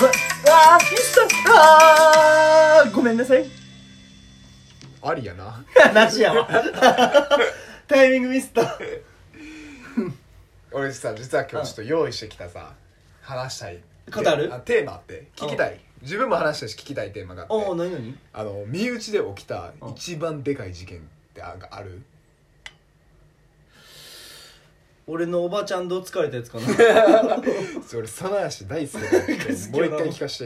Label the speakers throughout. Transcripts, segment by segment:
Speaker 1: ごあーピストあーごめんなさい
Speaker 2: ありやな
Speaker 1: 話や わタイミングミスった
Speaker 2: 俺さ実は今日ちょっと用意してきたさ話したい
Speaker 1: ことある
Speaker 2: テーマあって聞きたい自分も話したし聞きたいテーマがあ
Speaker 1: おお
Speaker 2: って
Speaker 1: 何何
Speaker 2: あの身内で起きた
Speaker 1: うん
Speaker 2: 一番でかい事件ってあある
Speaker 1: 俺のおばちゃんどう疲れたやつかな
Speaker 2: それ俺その話大好きだか らもう一回聞かし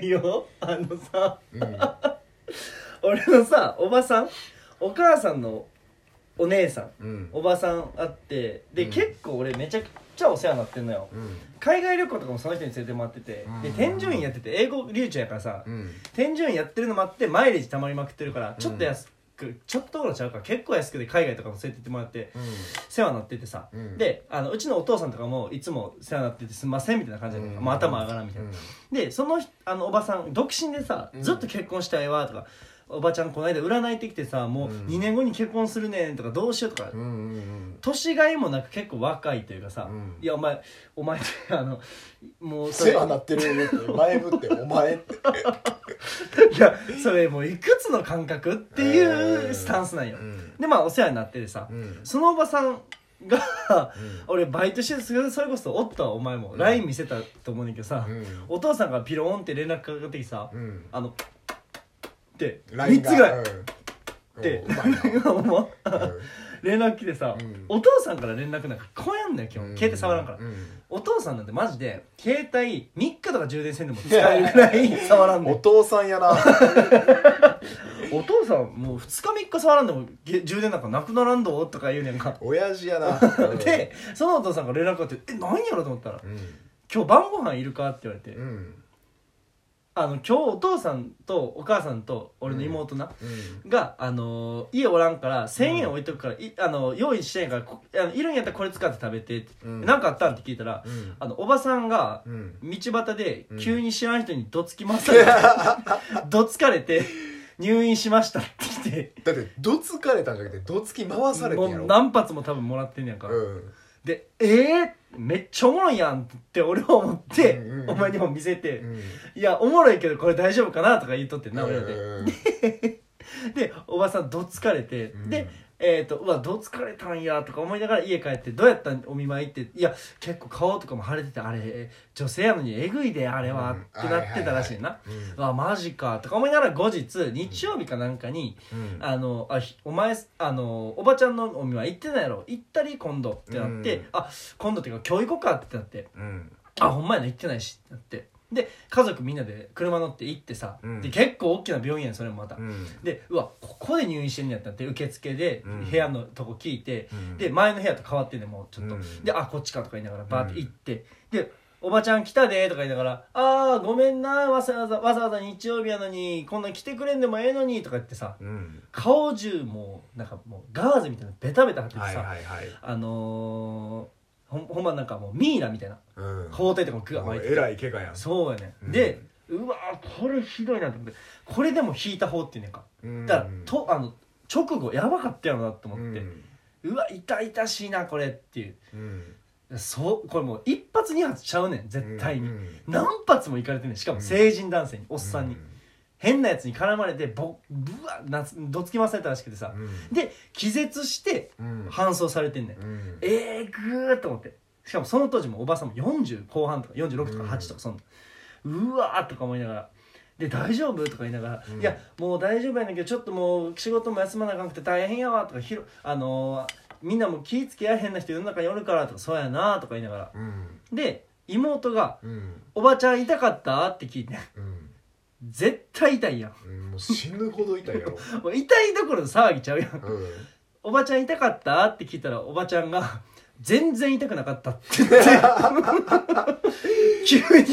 Speaker 2: て
Speaker 1: いいよあのさ
Speaker 2: うん
Speaker 1: 俺のさおばさんお母さんのお姉さん
Speaker 2: うん
Speaker 1: おばさんあってで、
Speaker 2: うん
Speaker 1: 結構俺めちゃくちゃお世話になってんのよ
Speaker 2: うん
Speaker 1: 海外旅行とかもその人に連れてもらってて、
Speaker 2: うん
Speaker 1: で添乗員やってて英語流暢やからさ、
Speaker 2: うん
Speaker 1: 添乗員やってるのもあってマイレージ溜まりまくってるから
Speaker 2: ん
Speaker 1: ちょっと安く、ちょっとどころちゃうから結構安くて海外とかも連れてってもらって世話になっててさ、
Speaker 2: うん
Speaker 1: であのうちのお父さんとかもいつも世話になっててすんませんみたいな感じで、もう頭上がらんみたいな、でそのあのおばさん独身でさ、
Speaker 2: うん
Speaker 1: ずっと結婚したいわとかおばちゃんこの間占い行ってきてさもう
Speaker 2: うん
Speaker 1: 2年後に結婚するねんとかどうしようとか、
Speaker 2: うんうんうん
Speaker 1: 年がいもなく結構若いというかさ、
Speaker 2: うん
Speaker 1: いやお前お前あのもうそれ
Speaker 2: 世話なってるよって前ぶってお前って
Speaker 1: いやそれもういくつの感覚っていうスタンスなんよ、
Speaker 2: うん
Speaker 1: でまあお世話になっててさ、
Speaker 2: うん
Speaker 1: そのおばさんが俺バイトしてそれそれこそおったわお前も、
Speaker 2: ん
Speaker 1: LINE 見せたと思うねんけどさ、
Speaker 2: うん
Speaker 1: お父さんがピローンって連絡かかってきてさ、
Speaker 2: うん
Speaker 1: あのって
Speaker 2: ライン
Speaker 1: 3つぐらい
Speaker 2: うん
Speaker 1: で
Speaker 2: おうまいな
Speaker 1: もう
Speaker 2: うん
Speaker 1: 連絡来てさ、
Speaker 2: うん
Speaker 1: お父さんから連絡なんかこうやんのよ基本、携帯触らんから、
Speaker 2: う
Speaker 1: お父さんなんてマジで携帯3日とか充電せんでも使えるぐらい触らん
Speaker 2: ん
Speaker 1: の
Speaker 2: お
Speaker 1: よ
Speaker 2: 父さんやな
Speaker 1: お父さんもう2日3日触らんでもげ充電なんかなくならんどとか言うねんか
Speaker 2: 親父やな
Speaker 1: でそのお父さんから連絡があって「え何やろ?」と思ったら
Speaker 2: うん
Speaker 1: 「今日晩ご飯いるか?」って言われて、
Speaker 2: うん
Speaker 1: あの今日お父さんとお母さんと俺の妹な、
Speaker 2: うん
Speaker 1: が、あのー家おらんから1,000円置いとくから、いあの用意してんやからこあのいるんやったらこれ使って食べてって
Speaker 2: うん
Speaker 1: なんかあったんって聞いたら、
Speaker 2: うん
Speaker 1: あのおばさんが
Speaker 2: うん
Speaker 1: 道端で
Speaker 2: うん
Speaker 1: 急に知らん人にどつきまされて、 どつかれて入院しましたって来て
Speaker 2: だってどつかれたんじゃなくてどつき回されて
Speaker 1: も
Speaker 2: んや
Speaker 1: う
Speaker 2: ろ
Speaker 1: 何発も多分もらってんねやんか、
Speaker 2: うん
Speaker 1: で「えー、めっちゃおもろいやん」って俺は思って、
Speaker 2: うんうん
Speaker 1: お前にも見せて「
Speaker 2: うん
Speaker 1: いやおもろいけどこれ大丈夫かな?」とか言っとってんな
Speaker 2: う
Speaker 1: 俺らで。
Speaker 2: ん
Speaker 1: でおばさんどつかれて、
Speaker 2: うん
Speaker 1: でえっ、とうわどつかれたんやとか思いながら家帰ってどうやったんお見舞いっていや結構顔とかも腫れててあれ女性やのにえぐいであれは、
Speaker 2: うん
Speaker 1: ってなってたらしいな、
Speaker 2: はいはいはいう
Speaker 1: わマジかとか思いながら後日日曜日かなんかに、
Speaker 2: うん
Speaker 1: あのあひお前あのおばちゃんのお見舞い行ってないやろ行ったり今度ってなって、
Speaker 2: うん
Speaker 1: あ今度っていうか今日行こうかってなって
Speaker 2: うん
Speaker 1: あほんまやな行ってないしってなってで家族みんなで車乗って行ってさ、
Speaker 2: うん
Speaker 1: で結構大きな病院やんそれもまた、
Speaker 2: うん
Speaker 1: でうわここで入院してんねやったって受付で
Speaker 2: うん
Speaker 1: 部屋のとこ聞いて、
Speaker 2: うん
Speaker 1: で前の部屋と変わってんねんもうちょっと、
Speaker 2: うん
Speaker 1: であこっちかとか言いながらバーって行って、でおばちゃん来たでとか言いながら「あーごめんなわざわざわざわざ日曜日やのにこんなん来てくれんでもええのに」とか言ってさ
Speaker 2: うん
Speaker 1: 顔中もうなんかもうガーゼみたいなのベタベタ貼っててさ、
Speaker 2: はいはいはい
Speaker 1: あのー、ほんほんまなんかもうミイラみたいな
Speaker 2: うん
Speaker 1: 包帯とかもグワッ巻いて
Speaker 2: えらい怪我やん
Speaker 1: そうやね、
Speaker 2: うん
Speaker 1: でうわーこれひどいなと思ってこれでも引いた方っていうねんか
Speaker 2: うん
Speaker 1: だからとあの直後やばかったよなと思って、
Speaker 2: うん
Speaker 1: うわ痛々しいなこれっていう
Speaker 2: うん
Speaker 1: そうこれもう一発二発ちゃうねん絶対に、
Speaker 2: うん
Speaker 1: 何発もいかれてんねんしかも成人男性に、おっさんに、変なやつに絡まれてぼぶわなどつき回されたらしくてさ
Speaker 2: う、ん
Speaker 1: で気絶して
Speaker 2: うん
Speaker 1: 搬送されてんねん、
Speaker 2: うん
Speaker 1: えー、ぐーっと思ってしかもその当時もおばさんも40後半とか46とか8とかそんな、うわーとか思いながらで大丈夫とか言いながら、
Speaker 2: うん
Speaker 1: いやもう大丈夫やねんけどちょっともう仕事も休まなあかんくて大変やわとかひろあのーみんなも気ぃつけやへんな人世の中におるからとかそうやなとか言いながら
Speaker 2: うん
Speaker 1: で妹が
Speaker 2: うん
Speaker 1: 「おばちゃん痛かった?」って聞いて
Speaker 2: うん
Speaker 1: 絶対痛いやん
Speaker 2: うんもう死ぬほど痛いやろ
Speaker 1: もう痛いどころの騒ぎちゃうやん
Speaker 2: うん
Speaker 1: おばちゃん痛かったって聞いたらおばちゃんが「全然痛くなかった」って 言って急に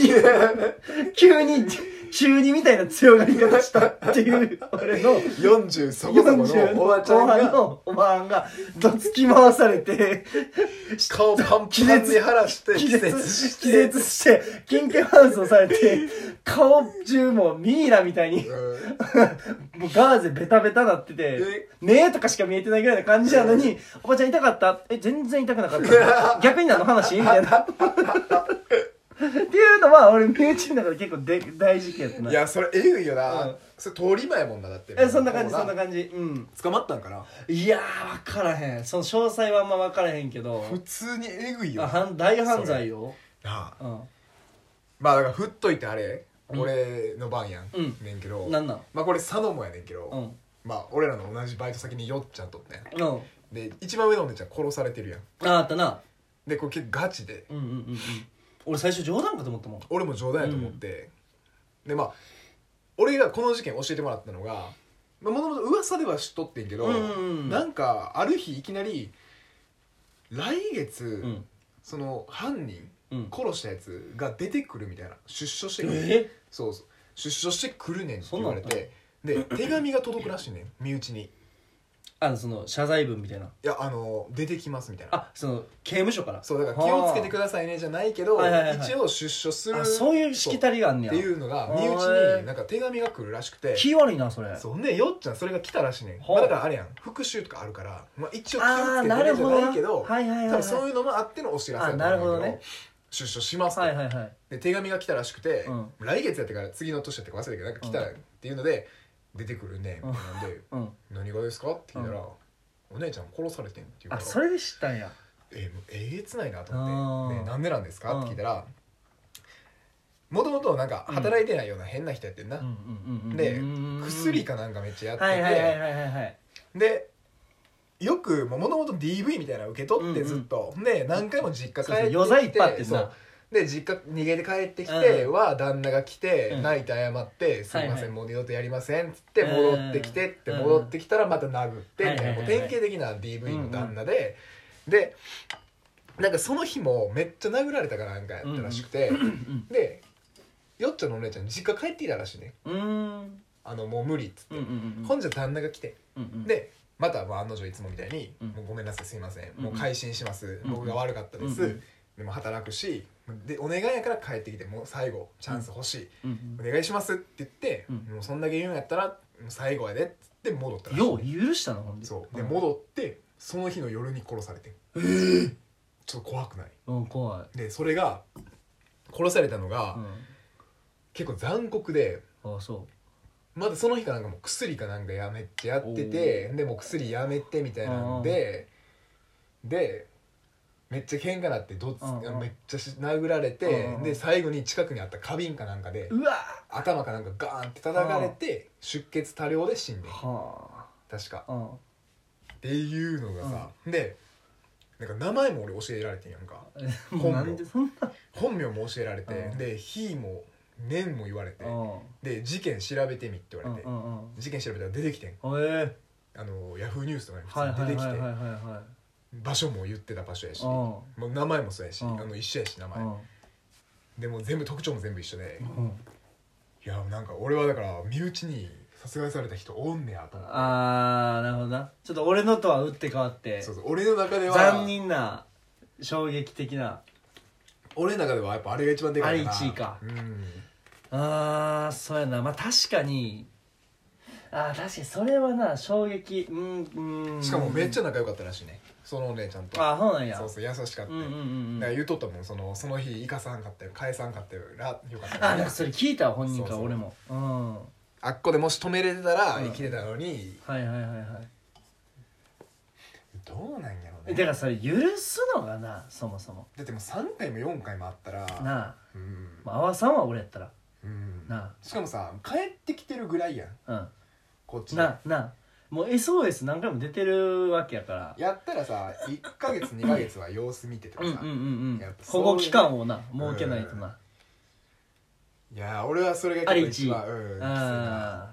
Speaker 1: 急に中二みたいな強がり方したっていう俺の
Speaker 2: 40そこそこ
Speaker 1: 40
Speaker 2: のおばちゃ
Speaker 1: 後
Speaker 2: ん
Speaker 1: 半
Speaker 2: が
Speaker 1: のおばあんがどつき回されて
Speaker 2: 顔パンパンに腫らして
Speaker 1: 気絶気絶して緊急搬送されて顔中もうミイラみたいに
Speaker 2: うん
Speaker 1: もうガーゼベタベタなってて
Speaker 2: え、
Speaker 1: 目とかしか見えてないぐらいな感じなのに、おばちゃん痛かったえ、全然痛くなかった。逆に何の話みたいな。っていうのは俺身内の中で結構で大事件やったない
Speaker 2: やそれえぐいよな、
Speaker 1: うん
Speaker 2: それ通り前もんなだって
Speaker 1: えそんな感じ
Speaker 2: もう
Speaker 1: そんな感じうん
Speaker 2: 捕まったんかない
Speaker 1: やー分からへんその詳細はあんま分からへんけど
Speaker 2: 普通にえぐいよ
Speaker 1: あ
Speaker 2: なな
Speaker 1: 犯大犯罪よ
Speaker 2: あ
Speaker 1: うん
Speaker 2: まあだから振っといてあれ
Speaker 1: うん
Speaker 2: 俺の番やん、
Speaker 1: うん
Speaker 2: ねんけど
Speaker 1: なんなん
Speaker 2: まあこれ佐野もやねんけど、
Speaker 1: うん
Speaker 2: まあ俺らの同じバイト先によっちゃんとってん
Speaker 1: うん
Speaker 2: で一番上のお姉ちゃん殺されてるやん
Speaker 1: ああったな
Speaker 2: でこれ結構ガチで
Speaker 1: うんうんうんうん俺最初冗談かと思ったもん
Speaker 2: 俺も冗談やと思って、でまあ俺がこの事件教えてもらったのがもともと噂では知っとってんけど、
Speaker 1: うんうんうん
Speaker 2: なんかある日いきなり来月、
Speaker 1: うん
Speaker 2: その犯人
Speaker 1: うん
Speaker 2: 殺したやつが出てくるみたいな出所してくる、
Speaker 1: え
Speaker 2: そうそう出所してくるねんって
Speaker 1: そん
Speaker 2: 言
Speaker 1: な
Speaker 2: わ
Speaker 1: んあ
Speaker 2: れ
Speaker 1: った
Speaker 2: てで 手紙が届くらしいねん身内にい
Speaker 1: あのその謝罪文みたいな
Speaker 2: やあの出てきますみたいな
Speaker 1: あその刑務所から
Speaker 2: そうだから気をつけてくださいねじゃないけど、
Speaker 1: はいはいはいはい
Speaker 2: 一応出所する
Speaker 1: あそういうしきたりがあんね
Speaker 2: っ
Speaker 1: や
Speaker 2: ていうのが身
Speaker 1: あー
Speaker 2: 内
Speaker 1: えー
Speaker 2: になんか手紙が来るらしくて
Speaker 1: 気悪いなそれ
Speaker 2: そうねよっちゃんそれが来たらしいねん、
Speaker 1: ほう
Speaker 2: まあ、だからあれやん復讐とかあるから、まあ、一応気を
Speaker 1: あ
Speaker 2: つ
Speaker 1: ー
Speaker 2: けて
Speaker 1: な
Speaker 2: る
Speaker 1: る
Speaker 2: じゃ
Speaker 1: ほ
Speaker 2: な
Speaker 1: ど
Speaker 2: いけど
Speaker 1: はいはい
Speaker 2: 多
Speaker 1: はい
Speaker 2: 分そう
Speaker 1: はい
Speaker 2: いうのもあってのお知らせだと思うんだ
Speaker 1: あ
Speaker 2: け
Speaker 1: なるほどね
Speaker 2: 出所しますと、
Speaker 1: はいはいはい
Speaker 2: で手紙が来たらしくて、
Speaker 1: うん
Speaker 2: 来月やってから次の年やってから忘れたけどなんか来たらっていうので、出てくるねみたいなんで
Speaker 1: うん
Speaker 2: 「何がですか?」って聞いたら、お姉ちゃん殺されてん」っていうか
Speaker 1: あ
Speaker 2: ら
Speaker 1: それで知ったんや
Speaker 2: えもうえげつないなと
Speaker 1: あ
Speaker 2: 思って
Speaker 1: ー
Speaker 2: 「ね、なんでなんですか?」
Speaker 1: うん
Speaker 2: って聞いたらもともとなんか働いてないような変な人やってんな、
Speaker 1: うんうんうんうん
Speaker 2: で
Speaker 1: うん
Speaker 2: 薬かなんかめっちゃやってて、
Speaker 1: はいはいはいはいはいはい
Speaker 2: でよくもともと DV みたいなの受け取っ
Speaker 1: うん
Speaker 2: て
Speaker 1: うん
Speaker 2: ずっと、で何回も実家帰
Speaker 1: そう
Speaker 2: っ
Speaker 1: そう
Speaker 2: てきて
Speaker 1: 余罪いっぱいあってんな
Speaker 2: そうで実家逃げて帰ってきて
Speaker 1: うん
Speaker 2: は旦那が来て
Speaker 1: うん
Speaker 2: 泣いて謝って「すいま
Speaker 1: はい
Speaker 2: せ
Speaker 1: はい
Speaker 2: んもう二度とやりません」っつって戻ってきてって
Speaker 1: うん
Speaker 2: 戻ってきたらまた殴ってみたい
Speaker 1: はい
Speaker 2: な
Speaker 1: はい
Speaker 2: も
Speaker 1: は
Speaker 2: う
Speaker 1: いはい
Speaker 2: 典型的な DV の旦那ででなんかその日もめっちゃ殴られたからなんかやったらしくて
Speaker 1: ん
Speaker 2: でよっちゃんのお姉ちゃん実家帰ってきたらしいね
Speaker 1: うーん
Speaker 2: あのもう無理っつっ
Speaker 1: うんうん
Speaker 2: て
Speaker 1: うん
Speaker 2: ほんじゃ旦那が来て
Speaker 1: うんうん
Speaker 2: でまたまあ案の定いつもみたいに「
Speaker 1: うん
Speaker 2: もうごめんなさいすいません
Speaker 1: うん
Speaker 2: もう改心します、
Speaker 1: うん
Speaker 2: 僕が悪かったです」
Speaker 1: うん
Speaker 2: でも働くしでお願いやから帰ってきてもう最後チャンス欲しい、
Speaker 1: うん
Speaker 2: お願いしますって言って、
Speaker 1: うん
Speaker 2: もうそんだけ言うんやったらもう最後やでっつって戻った
Speaker 1: うん
Speaker 2: らしい
Speaker 1: よう許したのほんで
Speaker 2: そうで
Speaker 1: ん
Speaker 2: 戻ってその日の夜に殺されてええちょっと怖くない
Speaker 1: うん怖い
Speaker 2: でそれが殺されたのが、
Speaker 1: う
Speaker 2: 結構残酷で
Speaker 1: んあそ
Speaker 2: まだその日かなんかもう薬かなんかやめてやっててでもう薬やめてみたいなんででめっちゃ喧嘩なってどっつ
Speaker 1: うんうん
Speaker 2: めっちゃし殴られ
Speaker 1: うん
Speaker 2: て
Speaker 1: うん
Speaker 2: で最後に近くにあった花瓶かなんかで
Speaker 1: ううわ
Speaker 2: 頭かなんかガーンって叩かれて出血多量で死んでん
Speaker 1: は
Speaker 2: 確か
Speaker 1: あうん
Speaker 2: っていうのがさでなんか名前も俺教えられてんやんか
Speaker 1: えもう なんでそんな
Speaker 2: 本名も教えられて
Speaker 1: うん
Speaker 2: で日も年も言われて
Speaker 1: うん
Speaker 2: で事件調べてみって言われて
Speaker 1: うんうんうん
Speaker 2: 事件調べたら出てきてん
Speaker 1: え
Speaker 2: あのヤフーニュースとかに
Speaker 1: えはい
Speaker 2: 普通
Speaker 1: は
Speaker 2: に出
Speaker 1: い
Speaker 2: てき
Speaker 1: はい
Speaker 2: て
Speaker 1: はいはいは
Speaker 2: 場所も言ってた場所やし
Speaker 1: いうん
Speaker 2: もう名前もそうやし
Speaker 1: う
Speaker 2: あ
Speaker 1: ん
Speaker 2: の一緒やし名前
Speaker 1: う
Speaker 2: でもう全部特徴も全部一緒で
Speaker 1: んうん
Speaker 2: いやなんか俺はだから身内に殺害された人おんねやと思っ
Speaker 1: あーなるほどなちょっと俺のとは打って変わって
Speaker 2: てそうそう俺の中では
Speaker 1: 残忍な衝撃的な
Speaker 2: 俺の中ではやっぱあれが一番でかいな
Speaker 1: あれ一位か
Speaker 2: うん
Speaker 1: あーそうやなまあ確かにあー確かにそれはな衝撃うんうん
Speaker 2: しかもめっち
Speaker 1: ゃ
Speaker 2: ゃ仲良かったらしいねそのお姉ちゃんと
Speaker 1: あそうなんや
Speaker 2: そうそう優しかった
Speaker 1: うんうん
Speaker 2: だ
Speaker 1: うんうん
Speaker 2: から言うとったもんそのその日イカさん買ったよ返さん買ったよらよかった
Speaker 1: あ
Speaker 2: よ
Speaker 1: なんかそれ聞いたわ本人か
Speaker 2: そ
Speaker 1: ら
Speaker 2: うそう
Speaker 1: 俺もうん
Speaker 2: あっこでもし止めれてたら
Speaker 1: うん
Speaker 2: 生きてたのに
Speaker 1: はいはいはいはい
Speaker 2: どうなんやろう
Speaker 1: え
Speaker 2: ね
Speaker 1: だからそれ許すのがなそもそも
Speaker 2: だってもう3回も4回もあったら
Speaker 1: なあ
Speaker 2: うん、
Speaker 1: まあ阿波さんは俺やったら
Speaker 2: うん
Speaker 1: な
Speaker 2: しかもさ帰ってきてるぐらいやん
Speaker 1: あ
Speaker 2: こっ
Speaker 1: う
Speaker 2: ち
Speaker 1: ん
Speaker 2: に
Speaker 1: なあなあもう SOS 何回も出てるわけやから
Speaker 2: やったらさ1ヶ月2ヶ月は様子見てて
Speaker 1: うん
Speaker 2: も
Speaker 1: うん
Speaker 2: さ、
Speaker 1: うんうん
Speaker 2: やっぱそう
Speaker 1: 保
Speaker 2: いう
Speaker 1: 護期間をな設けないとな、
Speaker 2: いやー俺はそれが
Speaker 1: あれ
Speaker 2: 結
Speaker 1: 一
Speaker 2: 構一
Speaker 1: 位
Speaker 2: 番うんきついな
Speaker 1: あー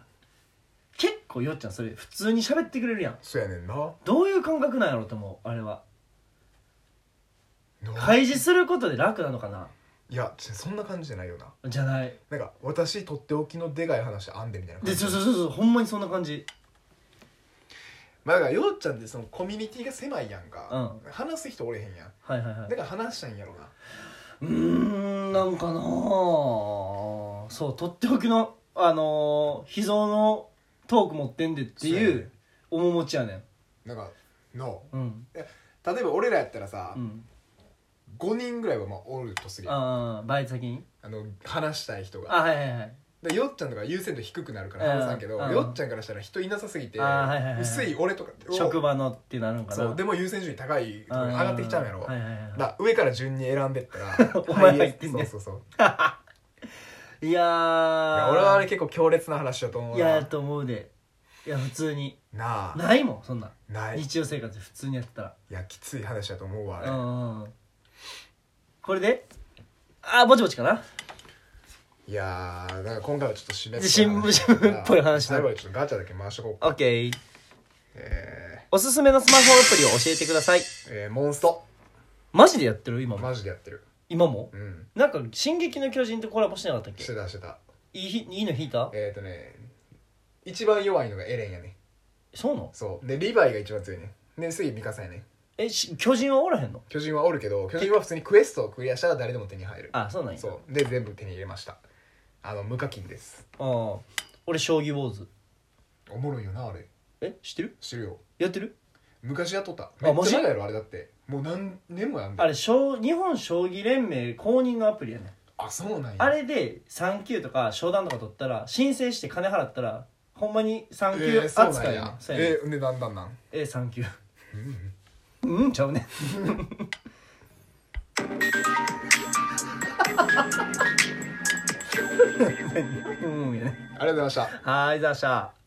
Speaker 1: 結構よっちゃんそれ普通に喋ってくれるやん
Speaker 2: そうやねんなな
Speaker 1: どういう感覚なんやろと思うあれは
Speaker 2: い、
Speaker 1: 開示することで楽なのかない
Speaker 2: やちそんな感じじゃないよな
Speaker 1: じゃない
Speaker 2: なんか私とっておきのでかい話あんでみたいな感
Speaker 1: で
Speaker 2: じ
Speaker 1: そうそうそうそうほんまにそんな感じ
Speaker 2: まあだからようちゃんってそのコミュニティが狭いやんか、話す人おれへんやん
Speaker 1: はいはいはい
Speaker 2: だから話したいんやろな
Speaker 1: うーんなんかなあそうとっておきのあのー、秘蔵のトーク持ってんでってい
Speaker 2: そうや
Speaker 1: う
Speaker 2: ね
Speaker 1: 面持ちやねん
Speaker 2: なんかの
Speaker 1: うん
Speaker 2: 例えば俺らやったらさ、
Speaker 1: うん
Speaker 2: 5人ぐらいはまあおるとするやん
Speaker 1: ああバイト先に
Speaker 2: あの話したい人が
Speaker 1: あはいはいはい
Speaker 2: でよっちゃんとか優先度低くなるから話さんけど
Speaker 1: うん
Speaker 2: よっちゃんからしたら人いなさすぎて
Speaker 1: あーはいはいはい
Speaker 2: 薄い俺とかを
Speaker 1: 職場のってなるんかな
Speaker 2: そうでも優先順位高いとこに上がってきちゃうんやろ
Speaker 1: はいはいはい
Speaker 2: だ上から順に選んでったら
Speaker 1: お前が
Speaker 2: ハイエ
Speaker 1: 言ってんね
Speaker 2: そうそうそう
Speaker 1: いやー
Speaker 2: いや俺はあれ結構強烈な話だと思う
Speaker 1: いや
Speaker 2: な
Speaker 1: やと思うでいや普通に
Speaker 2: なあ
Speaker 1: ないもんそんな
Speaker 2: ないい
Speaker 1: 日常生活で普通にやってたら
Speaker 2: やきつい話だと思うわあ
Speaker 1: う
Speaker 2: れ
Speaker 1: んうんこれであぼちぼちかない
Speaker 2: やーだから今回はちょっと締め
Speaker 1: 新聞新聞っぽい話だ
Speaker 2: 最後はちょっとガチャだけ回しとこう
Speaker 1: OK
Speaker 2: え
Speaker 1: おすすめのスマホアプリを教えてください
Speaker 2: ーえーモンスト
Speaker 1: マジでやってる今も
Speaker 2: マジでやってる
Speaker 1: 今も
Speaker 2: うん
Speaker 1: なんか「進撃の巨人」とコラボしてなかったっけ
Speaker 2: してたしてた
Speaker 1: いいひいいの引いた
Speaker 2: えっ、ー、とね一番弱いのがエレンやね
Speaker 1: そうなの
Speaker 2: そうでリヴァイが一番強いねで次ミカサやね
Speaker 1: えし巨人はおらへんの
Speaker 2: 巨人はおるけど巨人は普通にクエストをクリアしたら誰でも手に入る
Speaker 1: あそうなんや
Speaker 2: そうで全部手に入れましたあの無課金です
Speaker 1: ああ俺将棋ウォーズ
Speaker 2: おもろいよなあれ
Speaker 1: え知ってる
Speaker 2: してるよ
Speaker 1: やってる
Speaker 2: 昔やっとった
Speaker 1: あ
Speaker 2: めっ
Speaker 1: マ
Speaker 2: ち
Speaker 1: ジ
Speaker 2: ゃ前やろあれだってもう何年もやんで
Speaker 1: あれ将日本将棋連盟公認のアプリやねん
Speaker 2: あそうなんや
Speaker 1: あれで3級とか商談とか取ったら申請して金払ったらほんまに3級
Speaker 2: えー、そうな
Speaker 1: 扱
Speaker 2: ん
Speaker 1: いやね
Speaker 2: や
Speaker 1: んそうやねん
Speaker 2: えー、でなんなんなん
Speaker 1: え3級
Speaker 2: うん
Speaker 1: うんちゃうねん うんやね
Speaker 2: ありがとうございました
Speaker 1: はーいざっしゃー